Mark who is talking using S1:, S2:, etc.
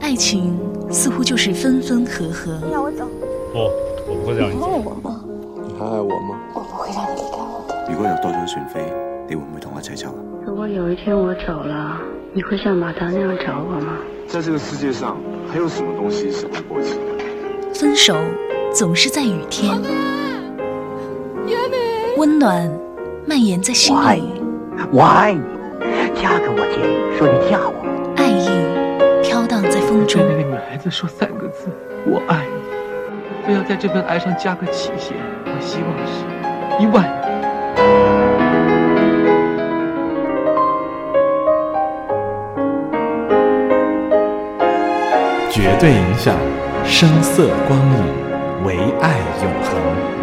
S1: 爱情似乎就是分分合合。
S2: 要我走？
S3: 不，哦我不会让你
S2: 爱我吗？
S4: 你还爱我吗？
S2: 我不会让你离开我的。
S5: 如果有多張船飛，你會唔會同我一齊走啊？
S6: 如果有一天我走了，你會像马达那樣找我嗎？
S7: 在這個世界上，還有什麼東西是會過期的？
S1: 分手總是在雨天，温暖蔓延在心裡。
S8: 我愛你，嫁給我，建議說你嫁我。
S1: 愛意飄蕩在風中。
S9: 那個女孩子說三個字：“我愛你。”非要在這份愛上加個期限，我希望是一萬年。
S10: 绝对影响，声色光影，唯爱永恒。